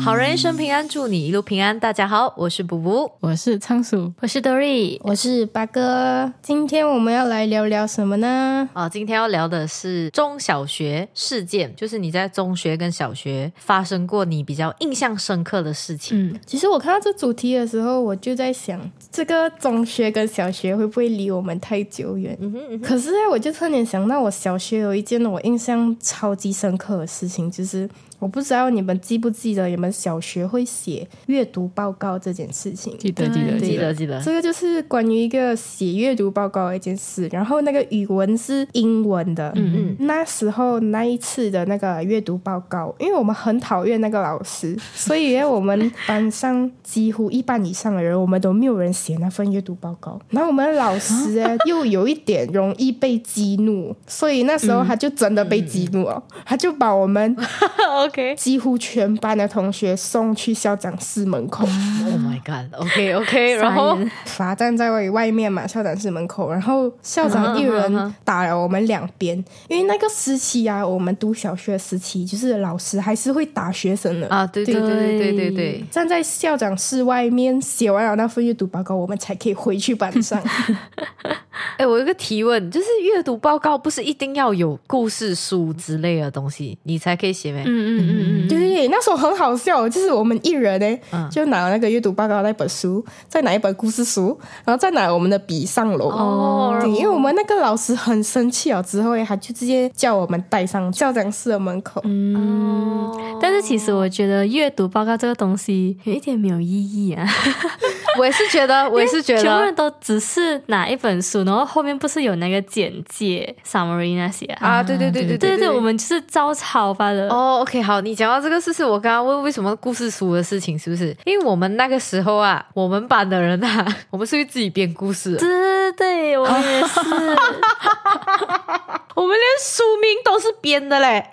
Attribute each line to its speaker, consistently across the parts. Speaker 1: 好人一生平安，祝你一路平安。大家好，我是补补，
Speaker 2: 我是仓鼠，
Speaker 3: 我是 Dory。
Speaker 4: 我是八哥，今天我们要来聊聊什么呢？
Speaker 1: 啊，今天要聊的是中小学事件，就是你在中学跟小学发生过你比较印象深刻的事情。
Speaker 2: 嗯，
Speaker 4: 其实我看到这主题的时候，我就在想，这个中学跟小学会不会离我们太久远？
Speaker 1: 嗯哼嗯哼，
Speaker 4: 可是呢，我就突然想到，我小学有一件我印象超级深刻的事情，就是我不知道你们记不记得，你们小学会写阅读报告这件事情。
Speaker 1: 嗯
Speaker 2: 记
Speaker 3: 嗯
Speaker 2: 得记得
Speaker 1: 记
Speaker 2: 记得，
Speaker 1: 得记得，
Speaker 4: 这个就是关于一个写阅读报告的一件事，然后那个语文是英文的，
Speaker 1: 嗯嗯，
Speaker 4: 那时候那一次的那个阅读报告，因为我们很讨厌那个老 师，所以我们班上几乎一半以上的人，我们都没有人写那份阅读报告。然后我们老师
Speaker 1: 啊
Speaker 4: 哎，又有一点容易被激怒，所以那时
Speaker 1: 嗯
Speaker 4: 候他就真的被激怒了，他就把我们
Speaker 1: OK。
Speaker 4: 几乎全班的同学送去校长室门口。
Speaker 1: Oh my god！OK OK，然哎后
Speaker 3: 傻眼
Speaker 4: 罚站在外外面嘛，校长室门口，然后校长一
Speaker 1: 嗯
Speaker 4: 人
Speaker 1: 哼
Speaker 4: 打了我们两边，因为那个时期啊，我们读小学的时期，就是老师还是会打学生的。
Speaker 1: 啊，对对对对对对对，
Speaker 4: 站在校长室外面写完了那份阅读报告，我们才可以回去班 上。
Speaker 1: 哎、我有一个提问，就是阅读报告不是一定要有故事书之类的东西，你才可以写没？
Speaker 3: 嗯嗯嗯
Speaker 4: 对对对，那时候很好笑，就是我们一人呢，
Speaker 1: 嗯
Speaker 4: 就拿那个阅读报告那本书，再拿一本故事书，然后再拿我们的笔上楼。
Speaker 1: 哦
Speaker 4: 对，因为我们那个老师很生气了之后欸，他就直接叫我们带上校长室的门口。
Speaker 3: 嗯。
Speaker 1: 哦
Speaker 3: 但是其实我觉得阅读报告这个东西有一点没有意义啊，
Speaker 1: 我也是觉 得，我也是 觉
Speaker 3: 全部人
Speaker 1: 得
Speaker 3: 都只是拿一本书，然后后面不是有那个简介、summary 那些啊？
Speaker 1: 啊，对对对对
Speaker 3: 对对对，
Speaker 1: 对，
Speaker 3: 我们就是照抄罢了。
Speaker 1: 哦、o k 好，你讲到这个事是我刚刚问为什么故事书的事情，是不是？因为我们那个时候啊，我们班的人啊，我们是会自己编故事的，
Speaker 3: 对对对，我也 是。
Speaker 1: 我们连书名都是编的嘞。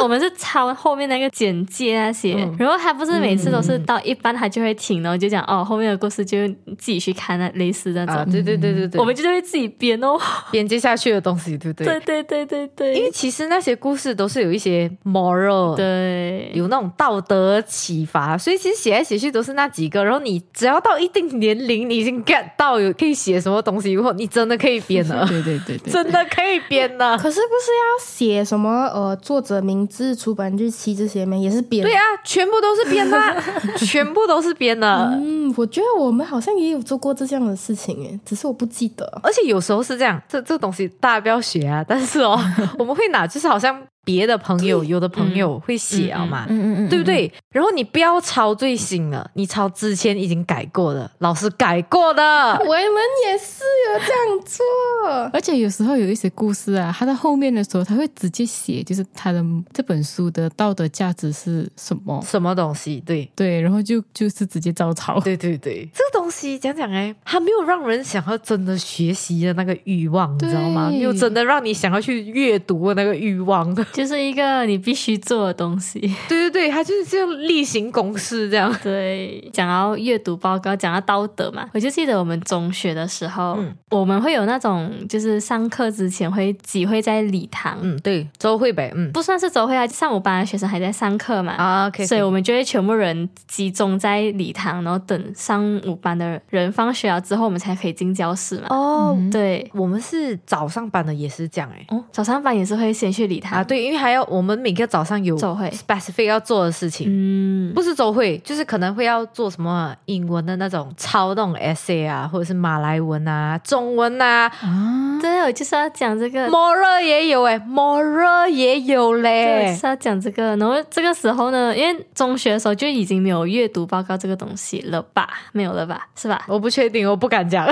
Speaker 3: 我们是抄后面那个简介那些，
Speaker 1: 嗯
Speaker 3: 然后他不是每次都是到一半他就会停，然后就讲哦，后面的故事就自己去看那类似那种。
Speaker 1: 啊，对对对对对，
Speaker 3: 我们就是会自己编哦。
Speaker 1: 编接下去的东西，对不对？
Speaker 3: 对对对对对，
Speaker 1: 因为其实那些故事都是有一些 moral 的。
Speaker 3: 对，
Speaker 1: 有那种道德启发，所以其实写来写去都是那几个。然后你只要到一定年龄，你已经 get 到有可以写什么东西以后，你真的可以编
Speaker 3: 嗯
Speaker 1: 了，
Speaker 2: 对对对对，
Speaker 1: 真的可以编了。
Speaker 4: 可是不是要写什么呃作者名字、出版日期这些吗？也是编。
Speaker 1: 对啊，全部都是编的啊，全部都是编的。
Speaker 4: 嗯，我觉得我们好像也有做过这样的事情诶，只是我不记得。
Speaker 1: 而且有时候是这样，这这东西大家不要学啊。但是哦，我们会拿，就是好像别的朋友，有的朋友会写啊嘛，
Speaker 2: 嗯
Speaker 1: 对不？对？然后你不要抄最新的，你抄之前已经改过的，老师改过的。
Speaker 4: 我们也是有这样做，
Speaker 2: 而且有时候有一些故事啊，它到后面的时候，它会直接写，就是它的这本书的道德价值是什么。
Speaker 1: 什么东西？对，
Speaker 2: 对，然后就就是直接照抄。
Speaker 1: 对对对，这个东西讲讲哎，它没有让人想要真的学习的那个欲望，你知道吗？
Speaker 2: 对
Speaker 1: 没有真的让你想要去阅读的那个欲望。 对
Speaker 3: 就是一个你必须做的东西。
Speaker 1: 对对，它就是这样例行公事这样。
Speaker 3: 对，讲到阅读报告，讲到道德嘛，我就记得我们中学的时候，
Speaker 1: 嗯
Speaker 3: 我们会有那种就是上课之前会集会在礼堂，
Speaker 1: 嗯，对，周慧呗，嗯
Speaker 3: 不算是周会啊，上午班的学生还在上课嘛。
Speaker 1: 啊，OK，
Speaker 3: 所以我们就会全部人集中在礼堂，然后等上午班的人放学了之后，我们才可以进教室嘛。
Speaker 1: 哦，
Speaker 3: 对，
Speaker 1: 我们是早上班的也是这样哎。
Speaker 3: 哦，早上班也是会先去礼堂
Speaker 1: 啊，，对，因为还要我们每个早上有
Speaker 3: 周会
Speaker 1: specific 要做的事情，
Speaker 3: 嗯，
Speaker 1: 不是周会，就是可能会要做什么英文的那种抄那种 essay 啊，或者是马来文啊、中文啊，
Speaker 2: 啊，
Speaker 3: 对，我就是要讲这个。
Speaker 1: 摩热也有哎、摩热也有
Speaker 3: 对，我
Speaker 1: 嘞？
Speaker 3: 就。是要讲这个。然后这个时候呢，因为中学的时候就已经没有阅读报告这个东西了吧？没有了吧？是吧
Speaker 1: 我不确定，我不敢 讲。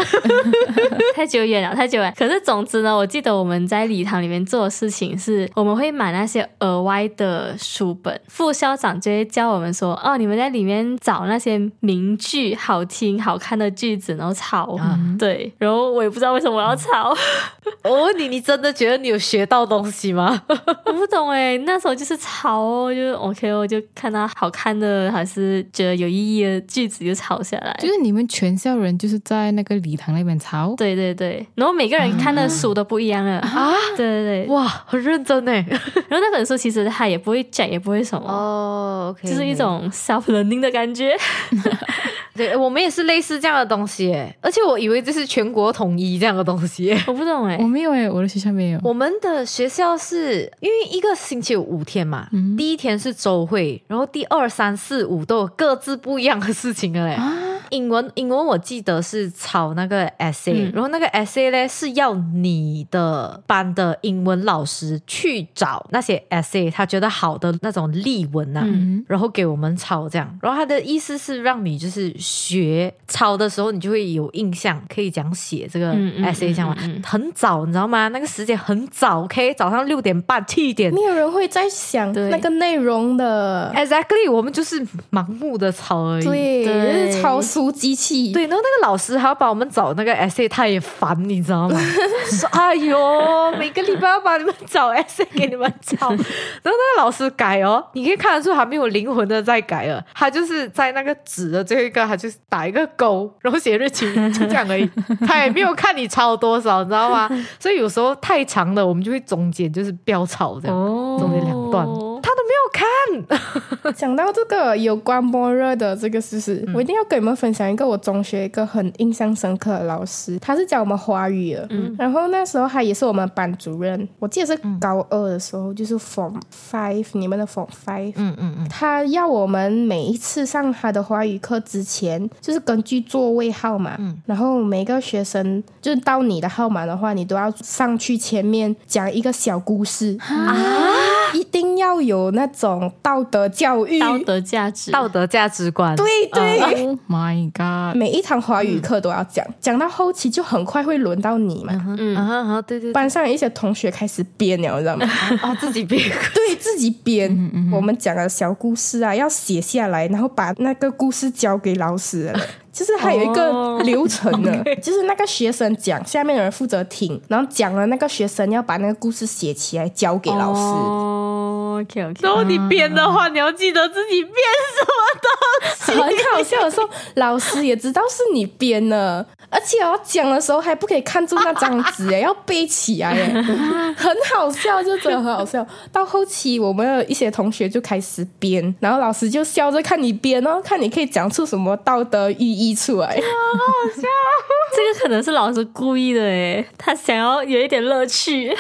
Speaker 3: 太久远了，太久远。可是总之呢，我记得我们在礼堂里面做的事情是，我们会买那些额外的书本，副校长就会教我们说，哦，你们在里面找那些名句、好听、好看的句子，然后抄。对，然后我也不知道为什么我要抄。
Speaker 1: 我哦问你，你真的觉得你有学到东西吗？
Speaker 3: 我不懂哎，那时候就是抄哦，就是 OK 哦，就看到好看的还是觉得有意义的句子就抄下来。
Speaker 2: 就是你们们全校人就是在那个礼堂那边抄。
Speaker 3: 对对对，然后每个人看的书都不一样了啊，对对对，
Speaker 1: 哇，很认真哎。
Speaker 3: 然后那本书其实它也不会讲，也不会什么，
Speaker 1: 哦，OK，
Speaker 3: 就是一种 self learning 的感觉。
Speaker 1: 对，我们也是类似这样的东西耶，而且我以为这是全国统一这样的东西耶。
Speaker 3: 我不懂哎、
Speaker 2: 我没有诶，我的学校没有。
Speaker 1: 我们的学校是因为一个星期有五天嘛，
Speaker 3: 嗯
Speaker 1: 第一天是周会，然后第二、三、四、五都有各自不一样的事情了嘞。
Speaker 3: 啊
Speaker 1: 英文英文我记得是抄那个 essay，、
Speaker 3: 嗯
Speaker 1: 然后那个 essay 呢是要你的班的英文老师去找那些 essay 他觉得好的那种例文呐、
Speaker 3: 嗯
Speaker 1: 然后给我们抄这样。然后他的意思是让你就是学抄的时候，你就会有印象，可以讲写这个
Speaker 3: 嗯嗯
Speaker 1: essay
Speaker 3: 嗯
Speaker 1: 这样嘛。
Speaker 3: 嗯嗯
Speaker 1: 很早，你知道吗？那个时间很早，OK，早上六点半、七点。
Speaker 4: 没有人会在想
Speaker 3: 对
Speaker 4: 那个内容的，
Speaker 1: 哎 Exactly，我们就是盲目的抄而已。
Speaker 4: 对，
Speaker 3: 对
Speaker 4: 就是抄书机器，
Speaker 1: 对，然后那个老师还要把我们找那个 essay，他也烦，你知道吗？ 说哎 呦，每个礼拜要把你们找 essay 给你们找， 然后那个老师改哦，你可以看得出他没有灵魂的在改了，他就是在那个纸的最后一个，他就是打一个勾，然后写日期，就这样而已， 他也没有看你抄多少，你知道吗？ 所以有时候太长了，我们就会中间就是标抄这样，
Speaker 3: 哦
Speaker 1: 中间两段，他都没有看。
Speaker 4: 讲到这个有关般若的这个事实，我一定要给你们分享一个我中学一个很印象深刻的老师，他是教我们华语的，然后那时候他也是我们班主任，我记得是高二的时候，就是 Form Five，你们的 Form Five，
Speaker 1: 嗯嗯嗯，
Speaker 4: 他要我们每一次上他的华语课之前，就是根据座位号码，然后每个学生就是到你的号码的话，你都要上去前面讲一个小故事啊，一定要有那种道德教育。
Speaker 3: 道德价值，
Speaker 1: 道德价值观，
Speaker 4: 对对，
Speaker 2: Oh my god！
Speaker 4: 每一堂华语课都要讲，讲到后期就很快会轮到你嘛。
Speaker 1: 嗯嗯哼哼，对对对，
Speaker 4: 班上有一些同学开始编了，你知道吗？
Speaker 1: 哦，自己 编。
Speaker 4: 对自己编，我们讲的小故事啊，要写下来，然后把那个故事交给老师了。就是还有一个流程呢就是那个学生讲，下面有人负责听，然后讲了那个学生要把那个故事写起来交给老师。
Speaker 3: 哦，OK OK，
Speaker 1: 然后你编的话，你要记得自己编什么东西。
Speaker 4: 很好笑的时候，老师也知道是你编的，而且我讲的时候还不可以看住那张纸，哎， 要背起来，哎，很好笑，就真的很好笑。到后期，我们的一些同学就开始编，然后老师就笑着看你编哦，看你可以讲出什么道德寓意出来。
Speaker 3: 这个可能是老师故意的诶，他想要有一点乐趣。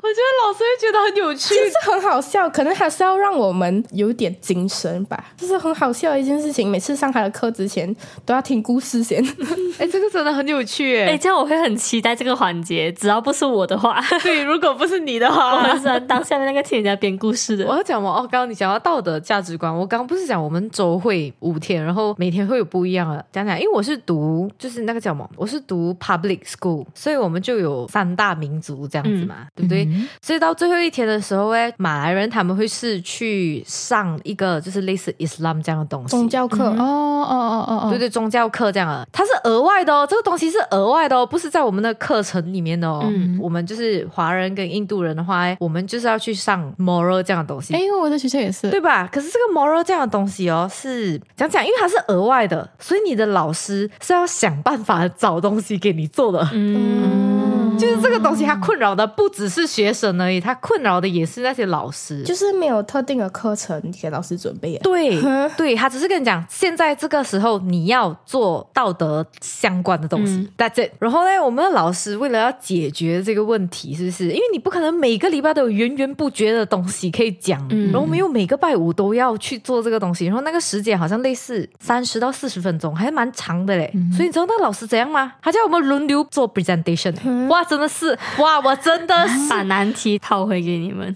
Speaker 1: 我觉得老师会觉得很有趣
Speaker 4: 就。是很好笑，可能还是要让我们有点精神吧，就是很好笑的一件事情。每次上他的课之前都要听故事先，
Speaker 1: 哎，这个真的很有趣
Speaker 3: 哎，
Speaker 1: 哎。
Speaker 3: 这样我会很期待这个环节，只要不是我的话，
Speaker 1: 对，如果不是你的
Speaker 3: 我
Speaker 1: 话。
Speaker 3: 很喜欢当下面那个听人家编故事
Speaker 1: 我
Speaker 3: 的。
Speaker 1: 要讲嘛，哦，刚刚你讲到道德价值观，我刚刚不是讲我们周会五天，然后每天会有不一样的。讲讲，因为我是读就是那个叫什么，我是读 public school，所以我们就有三大民族这样子嘛，对不对？
Speaker 2: 嗯
Speaker 1: 所以到最后一天的时候，哎，马来人他们会是去上一个就是类似 Islam 这样的东西，
Speaker 4: 宗教课、
Speaker 2: 哦哦哦哦哦，
Speaker 1: 对对，宗教课这样的，它是额外的哦，这个东西是额外的哦，不是在我们的课程里面的哦。
Speaker 3: 嗯
Speaker 1: 我们就是华人跟印度人的话，我们就是要去上 moral 这样的东西。
Speaker 2: 哎，因为我的学校也是
Speaker 1: 对，吧？可是这个 moral 这样的东西哦，是讲讲，因为它是额外的，所以你的老师是要想办法找东西给你做的。
Speaker 3: 嗯，
Speaker 1: 就是这个东西，它困扰的不只是学生而已，它困扰的也是那些老师。
Speaker 4: 就是没有特定的课程给老师准备啊。
Speaker 1: 对对，他只是跟你讲，现在这个时候你要做道德相关的东西、
Speaker 3: 嗯
Speaker 1: t h a t s it。然后呢，我们的老师为了要解决这个问题，是不是？因为你不可能每个礼拜都有源源不绝的东西可以讲，
Speaker 3: 嗯
Speaker 1: 然后我们又每个拜五都要去做这个东西，然后那个时间好像类似三十到四十分钟，还蛮长的嘞。
Speaker 3: 嗯
Speaker 1: 所以你知道那个老师怎样吗？他叫我们轮流做 presentation，、哇，
Speaker 3: 嗯
Speaker 1: 真的是哇，我真的是
Speaker 3: 把难题套回给你们。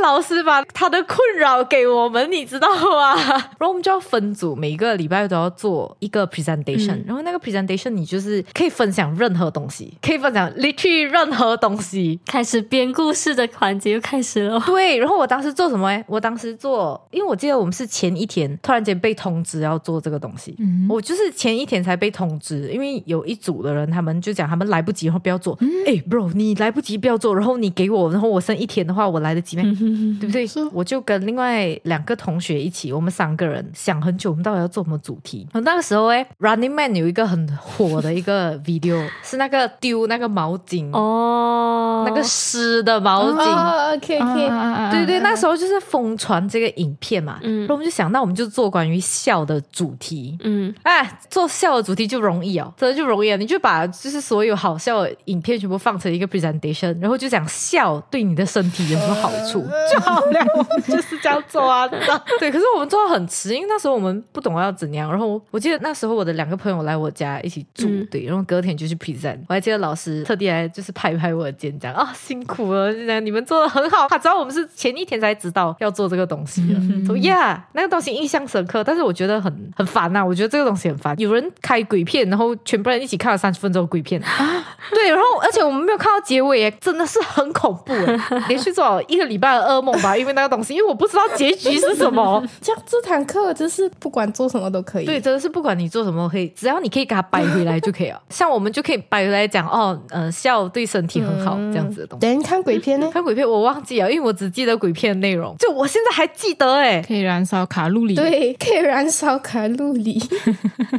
Speaker 1: 老师把他的困扰给我们，你知道吗？ 然后我们就要分组，每个礼拜都要做一个 presentation，、然后那个 presentation 你就是可以分享任何东西，可以分享 literally 任何东西。
Speaker 3: 开始编故事的环节又开始了。
Speaker 1: 对，然后我当时做什么诶？我当时做，因为我记得我们是前一天突然间被通知要做这个东西，
Speaker 2: 嗯
Speaker 1: 我就是前一天才被通知，因为有一组的人他们就讲他们来不及，然后不要做。诶，哎、b r o 你来不及不要做，然后你给我，然后我剩一天的话，我来得及吗？ 对不对？我就跟另外两个同学一起，我们三个人想很久，我们到底要做什么主题。然后那个时候哎，Running Man 有一个很火的一个 video，是那个丢那个毛巾，
Speaker 3: 哦，
Speaker 1: 那个湿的毛巾。
Speaker 4: 哦，OK
Speaker 2: 啊
Speaker 4: OK，
Speaker 2: 啊啊
Speaker 1: 对对，那时候就是疯传这个影片嘛，
Speaker 3: 嗯
Speaker 1: 然后我们就想，那我们就做关于笑的主题，
Speaker 3: 嗯，
Speaker 1: 哎，做笑的主题就容易哦，真的就容易啊！你就把就是所有好笑的影片全部放成一个 presentation，然后就讲笑对你的身体有什么好处就好了，我们就是这样做啊。你知道 对，可是我们做到很迟，因为那时候我们不懂要怎样。然后我我记得那时候我的两个朋友来我家一起住，
Speaker 3: 嗯
Speaker 1: 对，然后隔天就去 present。我还记得老师特地来就是拍拍我的肩，讲啊、辛苦了，就这样你们做的很好。他知道我们是前一天才知道要做这个东西的，说呀，那个东西印象深刻，但是我觉得很很烦啊呐、我觉得这个东西很烦，有人开鬼片，然后全部人一起看了三十分钟鬼片， 对，然后而且我们没有看到结尾耶，哎真的是很恐怖耶， 连续做了一个礼拜的噩梦吧，因为那个东西，因为我不知道结局是什么。
Speaker 4: 这样这堂课真是不管做什么都可以。
Speaker 1: 对，真的是不管你做什么，可以只要你可以给它掰回来就可以 了。像我们就可以掰回来讲哦，呃，笑对身体很好、这样子的东西。
Speaker 4: 等人看鬼片呢？
Speaker 1: 看鬼片我忘记了，因为我只记得鬼片内容，就我现在还记得 哎，
Speaker 2: 可以燃烧卡路里，，
Speaker 4: 对，可以燃烧卡路里。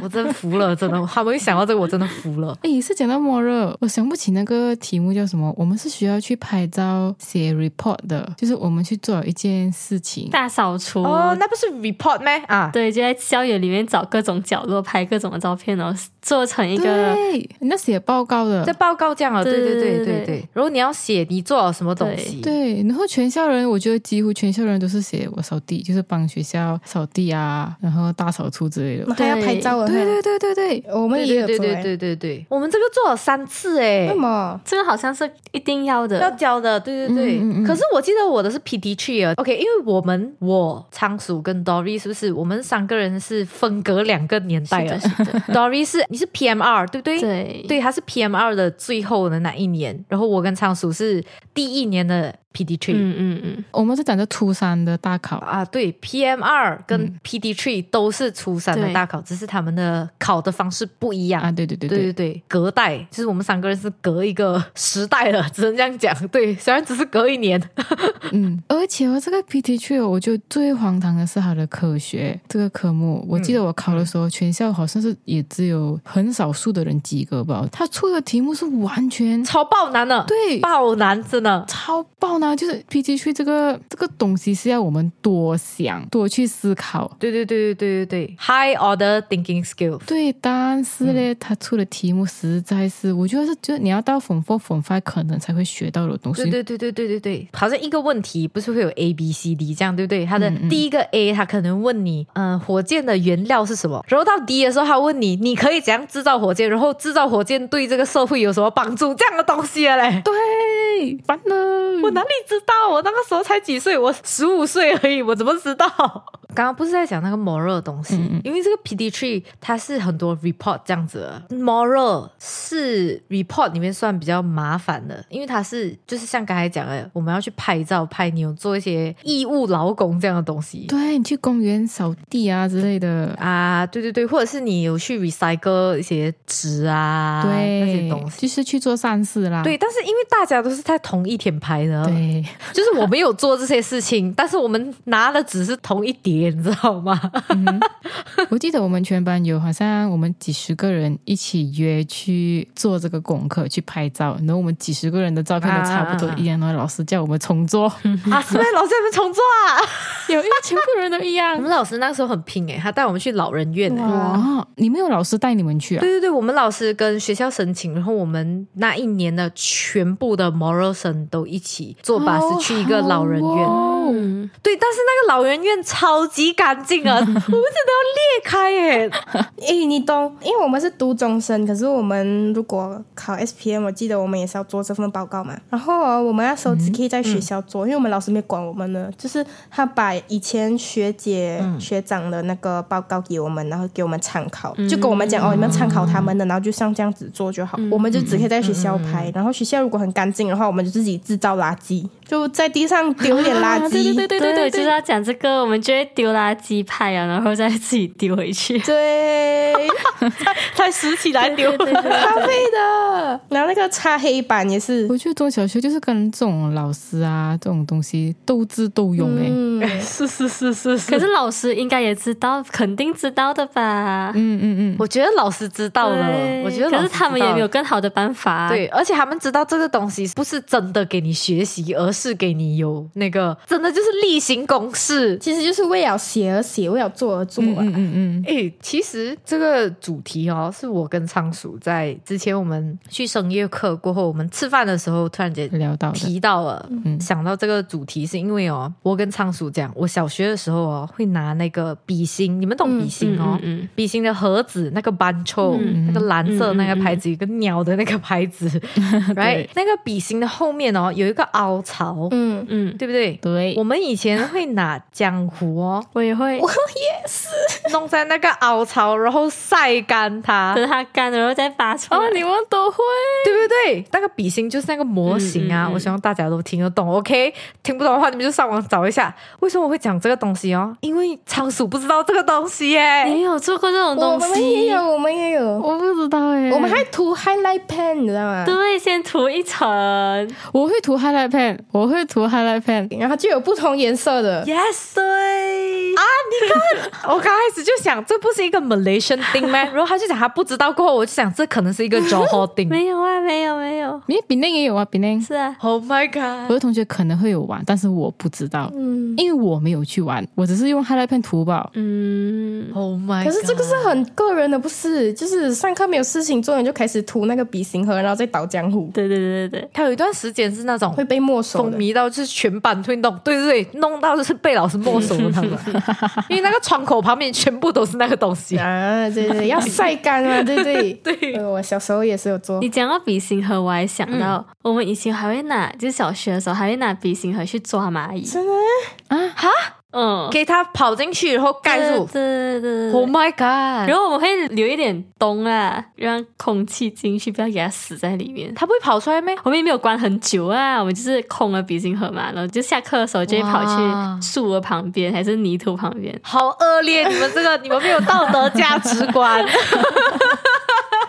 Speaker 1: 我真服了，真的，他们一想到这个我真的服了。
Speaker 2: 哎，是讲到莫热，我想不起那个题目叫什么。我们是需要去拍照写 report 的，就是我们去做一件事情。
Speaker 3: 大扫除
Speaker 1: 哦，那不是 report 咩啊？
Speaker 3: 对，就在校园里面找各种角落拍各种的照片，然后做成一个
Speaker 2: 对，那写报告的
Speaker 1: 在，报告这样啊？对
Speaker 3: 对
Speaker 1: 对
Speaker 3: 对
Speaker 1: 对对
Speaker 3: 对对
Speaker 1: 对。如果你要写你做了什么东西，
Speaker 2: 对，然后全校人，我觉得几乎全校人都是写我扫地，就是帮学校扫地啊，然后大扫除之类的。
Speaker 4: 还要拍照的话，
Speaker 2: 对对对对对，
Speaker 4: 我们也有
Speaker 1: 对对
Speaker 4: 做
Speaker 1: 对
Speaker 4: 哎。
Speaker 1: 对对对，我们这个做了三次哎、
Speaker 4: 为什么？
Speaker 3: 这个好像是一定要的，
Speaker 1: 要交的，对对对。
Speaker 2: 嗯嗯嗯
Speaker 1: 可是我记得我的是 PT tree 啊，OK，因为我们我仓鼠跟 Dory 是不是我们三个人是分隔两个年代
Speaker 3: 是的，
Speaker 1: 了
Speaker 3: 是的，
Speaker 1: ？Dory 是你是 PMR 对不对？
Speaker 3: 对
Speaker 1: 对，他是 PM 二的最后的那一年，然后我跟仓鼠是第一年的 PD tree，、
Speaker 3: 嗯嗯嗯，
Speaker 2: 我们是讲的初三的大考，
Speaker 1: 啊，对，PM 二跟 PD Three 都是初三的
Speaker 3: 对
Speaker 1: 大考，只是他们的考的方式不一样。
Speaker 2: 啊，对对对
Speaker 1: 对对
Speaker 2: 对，
Speaker 1: 对，隔代就是我们三个人是隔一个时代了，只能这样讲。对，虽然只是隔一年，
Speaker 2: 嗯，而且哦，这个 PT 去哦，我觉得最荒唐的是它的科学这个科目。我记得我考的时候，全校好像是也只有很少数的人及格吧。他出的题目是完全
Speaker 1: 超爆难了，
Speaker 2: 对
Speaker 1: 爆难真的。
Speaker 2: 超爆呢，就是 PT 去这个这个东西是要我们多想、多去思考。
Speaker 1: 对对对对对对对，High Order Thinking Skill。
Speaker 2: 对，但是呢，他出的题目实在是，我觉得是就是你要到 form four、form five 可能才会学到的东西。
Speaker 1: 对对对对对对对，好像一个问题不是会有 A B C D 这样，对不对？它的第一个 A，它可能问你，嗯、火箭的原料是什么？然后到 D 的时候，他问你，你可以怎样制造火箭？然后制造火箭对这个社会有什么帮助？这样的东西了嘞。
Speaker 2: 对，烦了。
Speaker 1: 我哪里知道？我那个时候才几岁，我十五岁而已，我怎么知道？嗯刚刚不是在讲那个 moral 的东西，因为这个 PD tree 它是很多 report 这样子的，moral 是 report 里面算比较麻烦的，因为它是就是像刚才讲的，我们要去拍照拍，你有做一些义务劳工这样的东西。
Speaker 2: 对你去公园扫地啊之类的，
Speaker 1: 啊，对对对，或者是你有去 recycle 一些纸啊，
Speaker 2: 对，
Speaker 1: 那些东西。
Speaker 2: 就是去做善事啦。
Speaker 1: 对，但是因为大家都是在同一天拍的，
Speaker 2: 对，
Speaker 1: 就是我们有做这些事情，但是我们拿的只是同一叠，你知道吗？
Speaker 2: 我记得我们全班有好像我们几十个人一起约去做这个功课，去拍照，然后我们几十个人的照片都差不多一样，然后老师叫我们重做，
Speaker 1: 啊，是不是老师们重做啊？
Speaker 2: 有因为全部人都一
Speaker 1: 我
Speaker 2: 样。
Speaker 1: 们老师那时候很拼诶、他带我们去老人院、欸。
Speaker 4: 哇，
Speaker 2: 哇，你们有老师带你们去啊
Speaker 1: 对？对对，我们老师跟学校申请，然后我们那一年的全部的 moral 生都一起坐巴士去一个老人院。
Speaker 2: 哦
Speaker 3: 嗯，
Speaker 1: 对，但是那个老人院超级干净 啊，我们真的要裂开诶、
Speaker 4: 诶，你懂？因为我们是读中生，可是我们如果考 SPM，我记得我们也是要做这份报告嘛。然后、哦、我们那时候只可以在学校
Speaker 2: 嗯
Speaker 4: 做，因为我们老师没管我们呢，就是他把以前学姐、
Speaker 2: 嗯
Speaker 4: 学长的那个报告给我们，然后给我们参考，
Speaker 2: 嗯
Speaker 4: 就跟我们讲、哦，你们参考他们的，然后就像这样子做就好。
Speaker 2: 嗯
Speaker 4: 我们就只可以在学校拍，然后学校如果很干净的话，我们就自己制造垃圾，就在地上丢一点垃
Speaker 2: 啊
Speaker 4: 圾。
Speaker 2: 对对对对
Speaker 3: 对，
Speaker 2: 对
Speaker 3: 我就是要讲这个，我们就会丢垃圾派啊，然后再自己丢回去。
Speaker 4: 对，
Speaker 1: 才拾起来丢。
Speaker 4: 咖啡的，然后那个擦黑板也是，
Speaker 2: 我觉得中小学就是跟这种老师啊这种东西斗智斗勇哎、
Speaker 4: 嗯，
Speaker 1: 是是是是
Speaker 3: 可
Speaker 1: 是，
Speaker 3: 是老师应该也知道，肯定知道的吧？
Speaker 2: 嗯嗯
Speaker 1: 我觉得老师知道了
Speaker 3: 对，
Speaker 1: 我觉得
Speaker 3: 可
Speaker 1: 老
Speaker 3: 是
Speaker 1: 师
Speaker 3: 他们也没有
Speaker 1: 知
Speaker 3: 更好的办法、
Speaker 1: 道。对，而且他们知道这个东西不是真的给你学习，而是给你有那个真的就是例行公事，
Speaker 4: 其实就是为了写而写，为了做而做
Speaker 2: 嗯
Speaker 4: 啊。
Speaker 2: 嗯嗯嗯，
Speaker 1: 诶，其实这个主题哦，是我跟仓鼠在之前我们去声乐课过后，我们吃饭的时候突然间
Speaker 2: 聊到的，
Speaker 1: 提到了，
Speaker 2: 嗯
Speaker 1: 想到这个主题是因为哦，我跟仓鼠讲，我小学的时候哦，会拿那个笔芯，你们懂笔芯哦。
Speaker 3: 嗯嗯
Speaker 1: 笔芯的盒子，那个板抽、
Speaker 3: 嗯
Speaker 1: 那个蓝色那个牌子，有个鸟的那个牌子
Speaker 3: 嗯
Speaker 1: ，right？那个笔芯的后面哦，有一个凹槽，
Speaker 4: 嗯，
Speaker 3: 嗯，嗯
Speaker 1: 对不对？
Speaker 2: 对
Speaker 1: 我，们以前会拿浆糊哦，
Speaker 3: 我也会。
Speaker 1: 弄在那个凹槽，然后晒干它，
Speaker 3: 等它干了，然后再拔出来。
Speaker 2: 哦，你们都会，
Speaker 1: 对不对？那个笔芯就是那个模型啊，
Speaker 3: 嗯嗯嗯
Speaker 1: 我希望大家都听得懂。OK，听不懂的话你们就上网找一下。为什么我会讲这个东西哦？因为仓鼠不知道这个东西耶。
Speaker 3: 哎你有做过这种
Speaker 4: 我
Speaker 3: 东
Speaker 4: 们也
Speaker 3: 西？
Speaker 4: 有，我们也有，
Speaker 2: 我不知道哎、
Speaker 4: 我们还涂 highlight pen，你知道吗？
Speaker 3: 对，先涂一层，
Speaker 2: 我会涂 highlight pen，我会涂 highlight pen，
Speaker 4: 然后就有不同颜色的。
Speaker 1: Yes，对啊，你看，我刚开始就想这不是一个 Malaysian thing 吗？然后他就讲他不知道，过后我就想这可能是一个 Johor thing。
Speaker 3: 没有啊，没有没有，
Speaker 2: 因为 b e n i n 也有啊 b e n i n
Speaker 3: 是啊，
Speaker 1: Oh my
Speaker 2: 我
Speaker 1: god！
Speaker 2: 的同学可能会有玩，但是我不知道，
Speaker 4: 嗯，
Speaker 2: 因为我没有去玩，我只是用 highlight pen 涂吧。
Speaker 3: 嗯，
Speaker 1: Oh my！
Speaker 4: 可是这个
Speaker 1: god
Speaker 4: 是很个人的，不是？就是上课没有事情做，你就开始涂那个笔芯盒，然后再倒浆糊，
Speaker 3: 对对对对对，
Speaker 1: 他有一段时间是那种
Speaker 4: 会被没收
Speaker 1: 风
Speaker 4: 的。
Speaker 1: 靡到就是全班推动，对对对，弄到就是被老师没收了他们， 因为那个窗口旁边全部都是那个东西。
Speaker 4: 啊，对对，要晒干嘛，对对
Speaker 1: 对
Speaker 4: 呃我小时候也是有做
Speaker 3: 你，讲到笔芯盒，我还想到、我们以前还会拿，就是小学的时候还会拿笔芯盒去抓蚂蚁，啊
Speaker 4: 真的
Speaker 3: 嗯，
Speaker 1: 给他跑进去，然后盖住。
Speaker 3: 对对对对
Speaker 1: Oh
Speaker 3: 对。
Speaker 1: my god！
Speaker 3: 然后我们会留一点洞啊，让空气进去，不要给它死在里面。
Speaker 1: 他不会跑出来咩？
Speaker 3: 我们也没有关很久啊，我们就是空了笔芯盒嘛，然后就下课的时候就会跑
Speaker 1: 哇
Speaker 3: 去树的旁边，还是泥土旁边，
Speaker 1: 好恶劣！你们这个，你们没有道德价值观。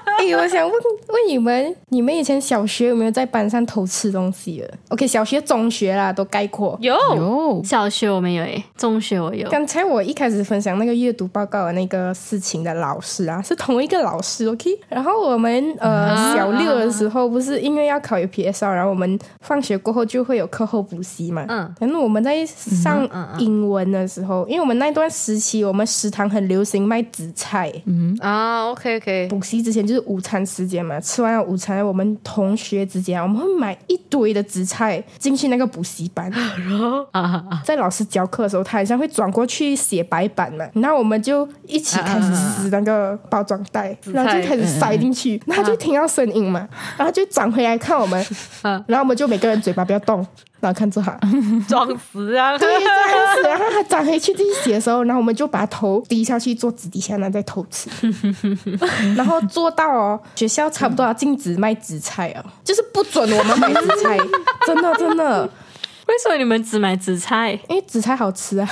Speaker 4: 哎、我想问问你们，你们以前小学有没有在班上偷吃东西的？OK，小学、中学啦都概括。
Speaker 1: 有
Speaker 2: 有，
Speaker 3: 小学我没有诶，中学我有。
Speaker 4: 刚才我一开始分享那个阅读报告的那个事情的老师啊，是同一个老师，OK。然后我们
Speaker 1: 啊
Speaker 4: 呃小六的时候，不是因为要考 UPSR，然后我们放学过后就会有课后补习嘛。
Speaker 1: 嗯。
Speaker 4: 然后我们在上
Speaker 1: 嗯嗯
Speaker 4: 英文的时候，因为我们那段时期，我们食堂很流行卖紫菜。
Speaker 2: 嗯，
Speaker 1: 啊，OK OK，
Speaker 4: 补习之前就是午餐时间嘛，吃完了午餐，我们同学之间啊，我们会买一堆的紫菜进去那个补习 班，
Speaker 1: 啊
Speaker 4: 在老师教课的时候，他好像会转过去写白板嘛，然后我们就一起开始撕那个包装袋，
Speaker 1: 紫菜
Speaker 4: 然后就开始塞进去，然后就听到声音嘛，然后就转回来看我 们，
Speaker 1: 嗯
Speaker 4: 然后我们就每个人嘴巴不要动，然后看着他，
Speaker 1: 装死 啊！
Speaker 4: 对，这样子，然后他转回去继续写的时候，然后我们就把头低下去做纸底下，然后再偷吃， 然后做到哦，学校差不多要禁止卖紫菜哦，就是不准我们买紫 菜，真的真的，
Speaker 3: 为什么你们只买紫菜？
Speaker 4: 因为紫菜好吃啊，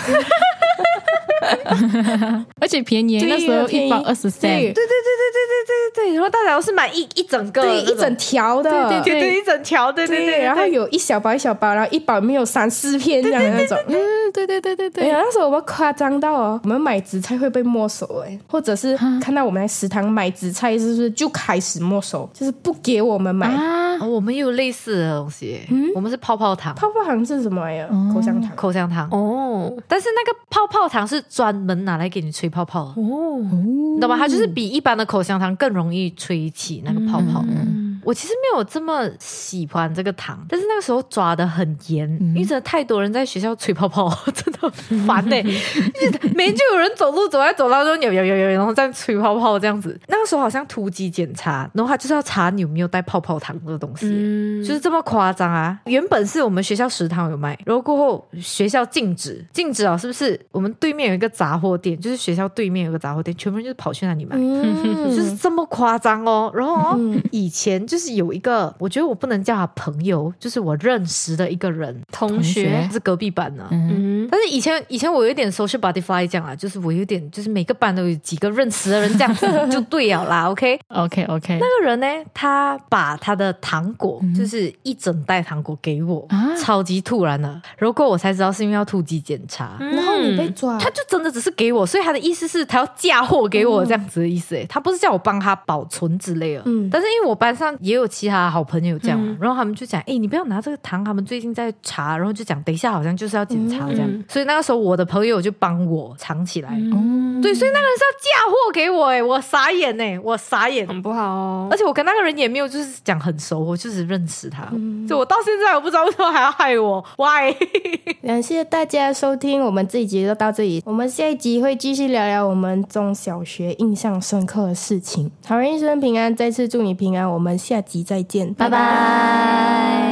Speaker 2: 而且便宜，
Speaker 4: 对
Speaker 2: 那时候
Speaker 4: 便
Speaker 2: 一
Speaker 4: 宜
Speaker 2: 包二十三，
Speaker 4: 对
Speaker 1: 对对对对对对对对，然后大家都是买一一整个
Speaker 4: 对，
Speaker 1: 那种，
Speaker 4: 一整条的，
Speaker 1: 对对对一整条，对对对，
Speaker 4: 然后
Speaker 1: 对
Speaker 4: 有一小包一小包，然后一包里面有三四片这样的那种，嗯
Speaker 2: 嗯，对对对对
Speaker 4: 对，
Speaker 2: 对，
Speaker 4: 那时候我们夸张到哦，我们买紫菜会被没收哎，或者是
Speaker 2: 啊
Speaker 4: 看到我们在食堂买紫菜，是不是就开始没收，就是不给我们买。
Speaker 2: 啊，
Speaker 1: 哦我们也有类似的东西，我们是泡泡糖、
Speaker 4: 泡泡糖是什么玩意儿？口香糖。
Speaker 1: 口香糖，
Speaker 3: 哦
Speaker 1: 但是那个泡泡糖是专门拿来给你吹泡泡的。
Speaker 3: 哦，
Speaker 1: 你懂吗？它就是比一般的口香糖更容易吹起那个泡泡。
Speaker 3: 嗯
Speaker 1: 我其实没有这么喜欢这个糖，但是那个时候抓的很严，
Speaker 3: 嗯
Speaker 1: 因为真的太多人在学校吹泡泡， 真的很烦呢、就是每天就有人走路走来走到就有有有有，然后在吹泡泡这样子。那个时候好像突击检查，然后他就是要查你有没有带泡泡糖这个东西。
Speaker 3: 嗯，
Speaker 1: 就是这么夸张啊！原本是我们学校食堂有卖，然后过后学校禁止，禁止啊，是不是？我们对面有一个杂货店，就是学校对面有个杂货店，全部人就是跑去那里买。
Speaker 4: 嗯，
Speaker 1: 就是这么夸张哦，然后、哦
Speaker 4: 嗯
Speaker 1: 以前就是有一个，我觉得我不能叫他朋友，就是我认识的一个人，
Speaker 3: 同学
Speaker 1: 是隔壁班的。
Speaker 2: 嗯
Speaker 3: 嗯
Speaker 1: 但是以前以前我有点 social butterfly 这样啊，就是我有点就是每个班都有几个认识的人这样子就对了啦，OK。
Speaker 2: OK OK，
Speaker 1: 那个人呢，他把他的糖果，就是一整袋糖果给我，
Speaker 2: 啊
Speaker 1: 超级突然的、然后我才知道是因为要突击检查。
Speaker 4: 然后你被
Speaker 3: 嗯
Speaker 4: 抓，
Speaker 1: 他就真的只是给我，所以他的意思是他要嫁祸给我这样子的意思、诶，欸他不是叫我帮他保存之类的。
Speaker 4: 嗯
Speaker 1: 但是因为我班上也有其他好朋友这样嘛，
Speaker 3: 嗯
Speaker 1: 然后他们就讲，哎、你不要拿这个糖，他们最近在查，然后就讲等一下好像就是要检查这样，
Speaker 3: 嗯
Speaker 1: 所以那个时候我的朋友就帮我藏起来。
Speaker 2: 嗯
Speaker 1: 对，所以那个人是要嫁祸给我、诶，我傻眼哎、我傻眼。
Speaker 3: 很不好哦
Speaker 1: 而。且我跟那个人也没有就是讲很熟，我就是认识他，所以我到现在我不知道为什么还要害我，why？
Speaker 4: 感谢大家收听，我们这一集就到这里。我们下一集会继续聊聊我们中小学印象深刻的事情。好人一生平安，再次祝你平安。我们下集再见，
Speaker 3: 拜拜。